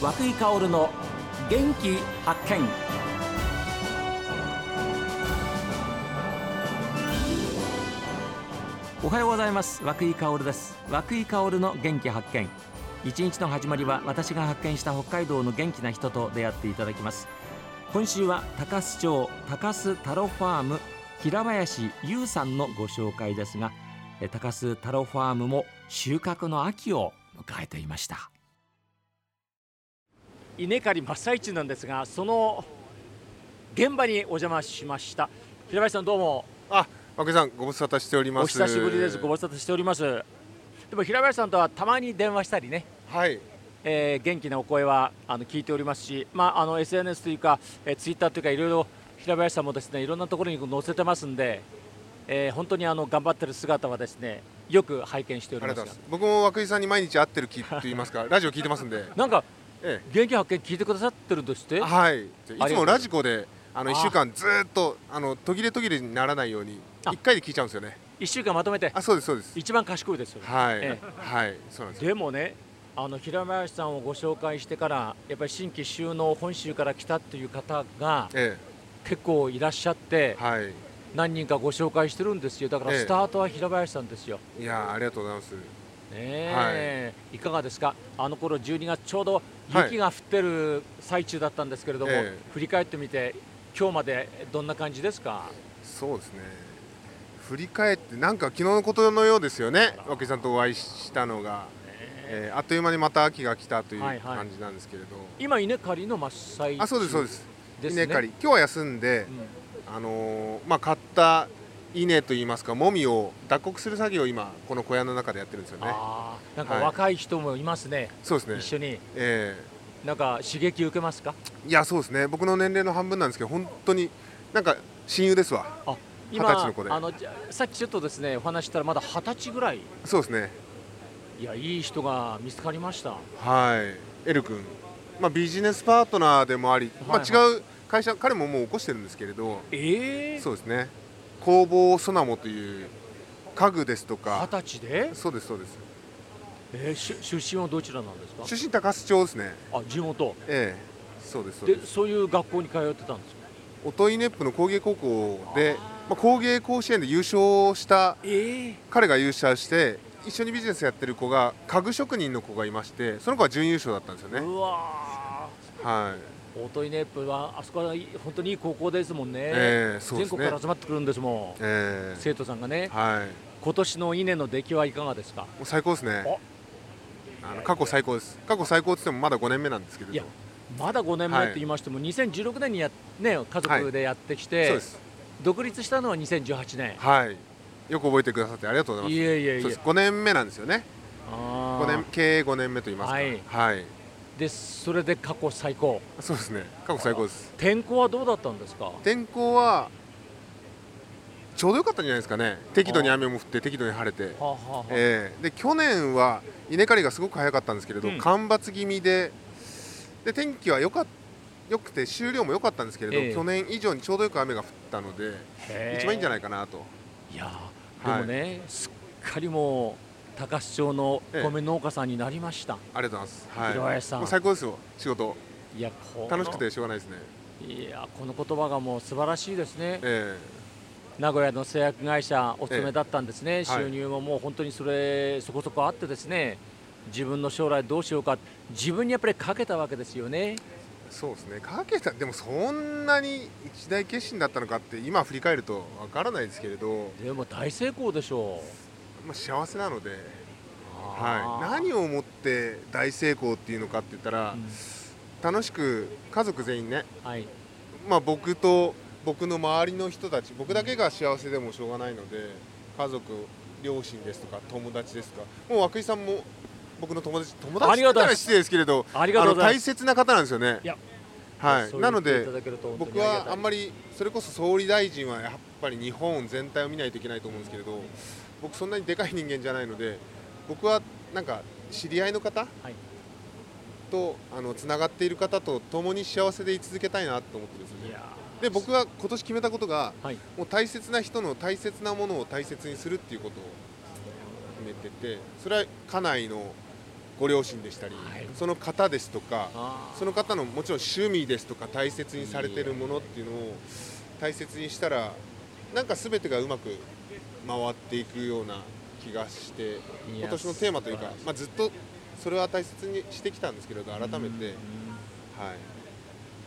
和久井薫の元気発見おはようございます和久井薫です和久井薫の元気発見一日の始まりは私が発見した北海道の元気な人と出会っていただきます今週は高須町高須タロファーム平林優さんのご紹介ですがえ高須タロファームも収穫の秋を迎えていました稲刈り真っ最中なんですがその現場にお邪魔しました平林さんどうもあ、和久井さんご無沙汰しております。お久しぶりですご無沙汰しておりますでも平林さんとはたまに電話したりね、はい。えー元気なお声はあの聞いておりますし、まあ、あの SNS というか、えー、ツイッターというかいろいろ平林さんもですねいろんなところに載せてますんで、えー本当にあの頑張ってる姿はですねよく拝見しておありりまがすとうございがます。僕も和久井さんに毎日会ってる気と言い ますか、ラジオ聞いてますんで。なんかえ元気発見聞いてくださってるとしてえ、はあい。いりつがとうもラジコで。あのあ一週間ずーっとあの途切れ途切れにならないようにあ一回で聞いちゃうんですよね。 1週間まとめてあ、そうですそうです。一番賢いですよねはい、えはいそうなんですよ。でもねあの平林さんをご紹介してからやっぱり新規収納本州から来たっていう方がえ結構いらっしゃってえ、はい。何人かご紹介してるんですよだからええスタートは平林さんですよ、いやーありがとうございます。ねえい、かがですかあの頃12月ちょうどはい雪が降ってる最中だったんですけれども、ええ振り返ってみて今日までどんな感じですかそうですね。振り返ってなんか昨日のことのようですよね。和久井さんとお会いしたのが、ええあっという間にまた秋が来たというはいはい感じなんですけれど。今稲刈りの真っ最中あそうですそうです。ですね稲刈り今日は休んでう、んあのーまあ、買った稲といいますかもみを脱穀する作業を今この小屋の中でやってるんですよねああなんかはい若い人もいますね、そうですね一緒にえなんか刺激受けますかえいやそうですね僕の年齢の半分なんですけど本当になんか親友ですわあ二十歳の子であのじゃさっきちょっとですねお話ししたらまだ二十歳ぐらいそうですねいやいい人が見つかりましたはいエル君、まあ、ビジネスパートナーでもあり、まあ、はいは違う会社彼ももう起こしてるんですけれどええそうですね工房ソナモという家具ですと二か十歳で、そうですそうですえー、し出身はどちらなんですか出身高須町ですねあ地元ええそうですそうでですそういう学校に通ってたんですか音威ネップの工芸高校で、まあ、工芸甲子園で優勝したええ彼が優勝して一緒にビジネスやってる子が家具職人の子がいましてその子は準優勝だったんですよねうわはいーオートイネップはあそこはいい本当にいい高校ですもんね、ええそうで全すね国から集まってくるんですもん、ええ生徒さんがねはいも今年の稲の出来はいかがですかう最高ですねあの過去最高です過去最高って言ってもまだ5年目なんですけれいやどまだ5年は前いと言いましても、2016年にや、ね、家族でやってきて、そうです独立したのは2018年、はいよく覚えてくださってありがとうございい、ますえいえいそうえです5年目なんですよねあー5年経営5年目と言いますかはいはい、でそれで過去最高そうですね過去最高です天候はどうだったんですか天候はちょうど良かったんじゃないですかね適度に雨も降って適度に晴れて、はあはあはあえーで去年は稲刈りがすごく早かったんですけれど、うん干ばつ気味でで天気は良か良くて収量も良かったんですけれど、ええ去年以上にちょうどよく雨が降ったので、へー一番いいんじゃないかなといやーはでいもね、すっかりもう高須町のええ米農家さんになりました、ありがとうございます、はい、広林さんもう最高ですよ仕事いやこの楽しくてしょうがないですね、いやこの言葉がもう素晴らしいですねえ名古屋の製薬会社お勤めだったんですね、はい収入ももう本当にそれそこそこあってですね自分の将来どうしようか自分にやっぱりかけたわけですよねえそうですねかけたでもそんなに一大決心だったのかって今振り返るとわからないですけれど、でも大成功でしょまあ、幸せなので、う、はい、い、何をもって大成功っていうのかって言ったら、楽しく家族全員ね、はい、まあ、僕と僕の周りの人たち僕だけが幸せでもしょうがないので家族両親ですとか友達ですとかもう涌井さんも僕の友達友達あっりてが言とうござったいまらす失礼ですけれどありがとうございますの大切な方なんですよねいやはそいうなの言っていでただけると本当に僕りがたはいあんまりそれこそ総理大臣はやっぱり日本全体を見ないといけないと思うんですけれど僕そんなにでかい人間じゃないので僕はなんか知り合いの方はいとあのつながっている方と共に幸せでい続けたいなと思ってるんですよいねやで僕は今年決めたことがはいもう大切な人の大切なものを大切にするっていうことを決めててそれは家内のご両親でしたり、はいその方ですとかあーその方のもちろん趣味ですとか大切にされてるものっていうのを大切にしたらなんか全てがうまく回っていくような気がしていや今年のテーマというか、まあ、ずっとそれは大切にしてきたんですけれど改めて、は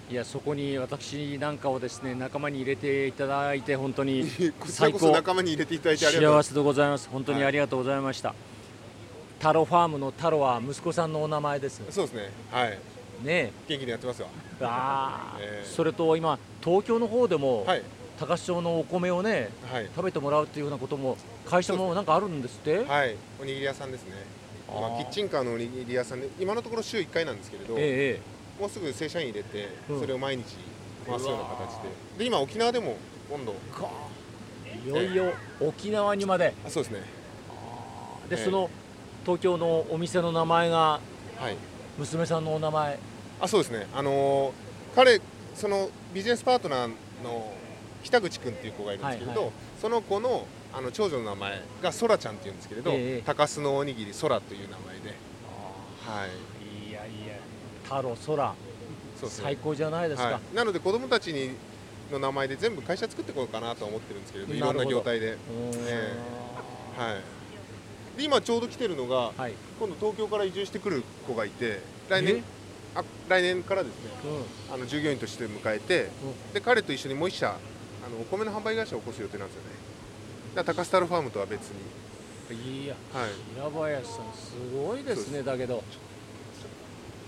い、いやそこに私なんかをですね仲間に入れていただいて本当にこちら最こそ高仲間に入れていただいてありがとうござい幸ますせでございます本当にありがとうございました、タロファームのタロは息子さんのお名前ですねそうですねはい え元気にやってますよあー、ええそれと今東京の方でも、はい高須町のお米をねはい食べてもらうっていうようなことも会社もなんかあるんですってはいおにぎり屋さんですねまああーキッチンカーのおにぎり屋さんで今のところ週1回なんですけれど、えもうすぐ正社員入れて、うんそれを毎日回すような形うわでで今沖縄でも今度えかいよいよ沖縄にまであそうですねで、ええその東京のお店の名前がはい娘さんのお名前あそうですねあのー彼そのビジネスパートナーの北口くんっていう子がいるんですけれど、はいはその子のあの長女の名前がそらちゃんっていうんですけれど、ええ高須のおにぎりそらという名前ではいいやいや太郎空そうですね最高じゃないですか、はい、なので子供たちにの名前で全部会社作っていこうかなとは思ってるんですけれどいろんなるなほど業態で,、うーんえはい、で今ちょうど来てるのが、はい、今度東京から移住してくる子がいて来え年あ来年からですねうんあの従業員として迎えてで彼と一緒にもう一社あのお米の販売会社を起こす予定なんですよねだから高スタルファームとは別に、うん、いやはい、平林さんすごいですそうねでだけど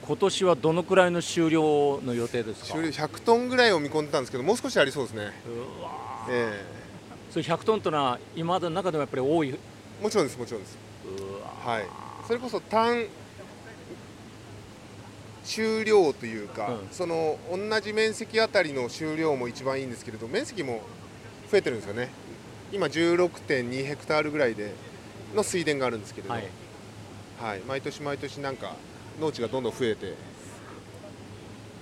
今年はどのくらいの終了の予定ですか収量100トンぐらいを見込んでたんですけどもう少しありそうですね、うわえそれ100トンというのは今までの中でもやっぱり多いうえもちろんですもちろんですはい、それこそ単収量というか、うんその同じ面積あたりの収量も一番いいんですけれど面積も増えてるんですよね今16.2ヘクタールぐらいでの水田があるんですけれど、ははいい毎年毎年なんか農地がどんどん増えて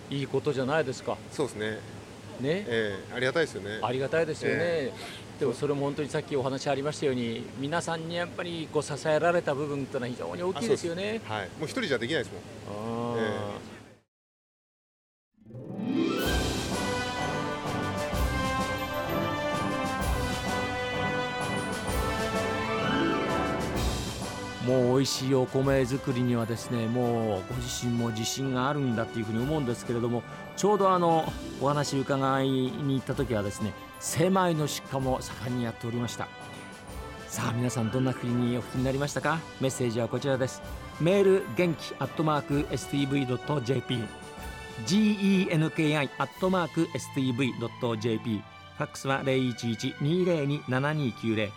いいことじゃないですかそうですね、ねええありがたいですよねありがたいですよね、えでもそれも本当にさっきお話ありましたように皆さんにやっぱりこう支えられた部分というのは非常に大きいですよねはい、もう一人じゃできないですもんあーえもう美味しいお米作りにはですねもうご自身も自信があるんだっていうふうに思うんですけれどもちょうどあのお話伺いに行った時はですね精米の出荷も盛んにやっておりましたさあ皆さんどんな国にお聞きになりましたかメッセージはこちらですメール元気アットマーク STV.jp genki アットマーク STV.jp ファックスは0112027290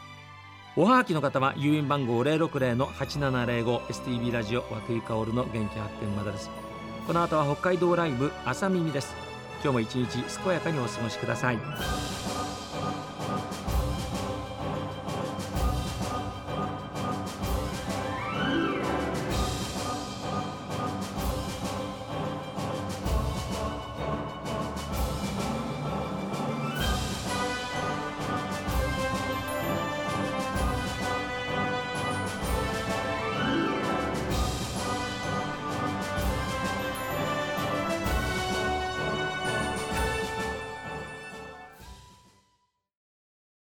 おはがきの方は郵便番号060-8705 STB ラジオ和久井薫の元気発見までですこの後は北海道ライブ朝耳です今日も一日健やかにお過ごしください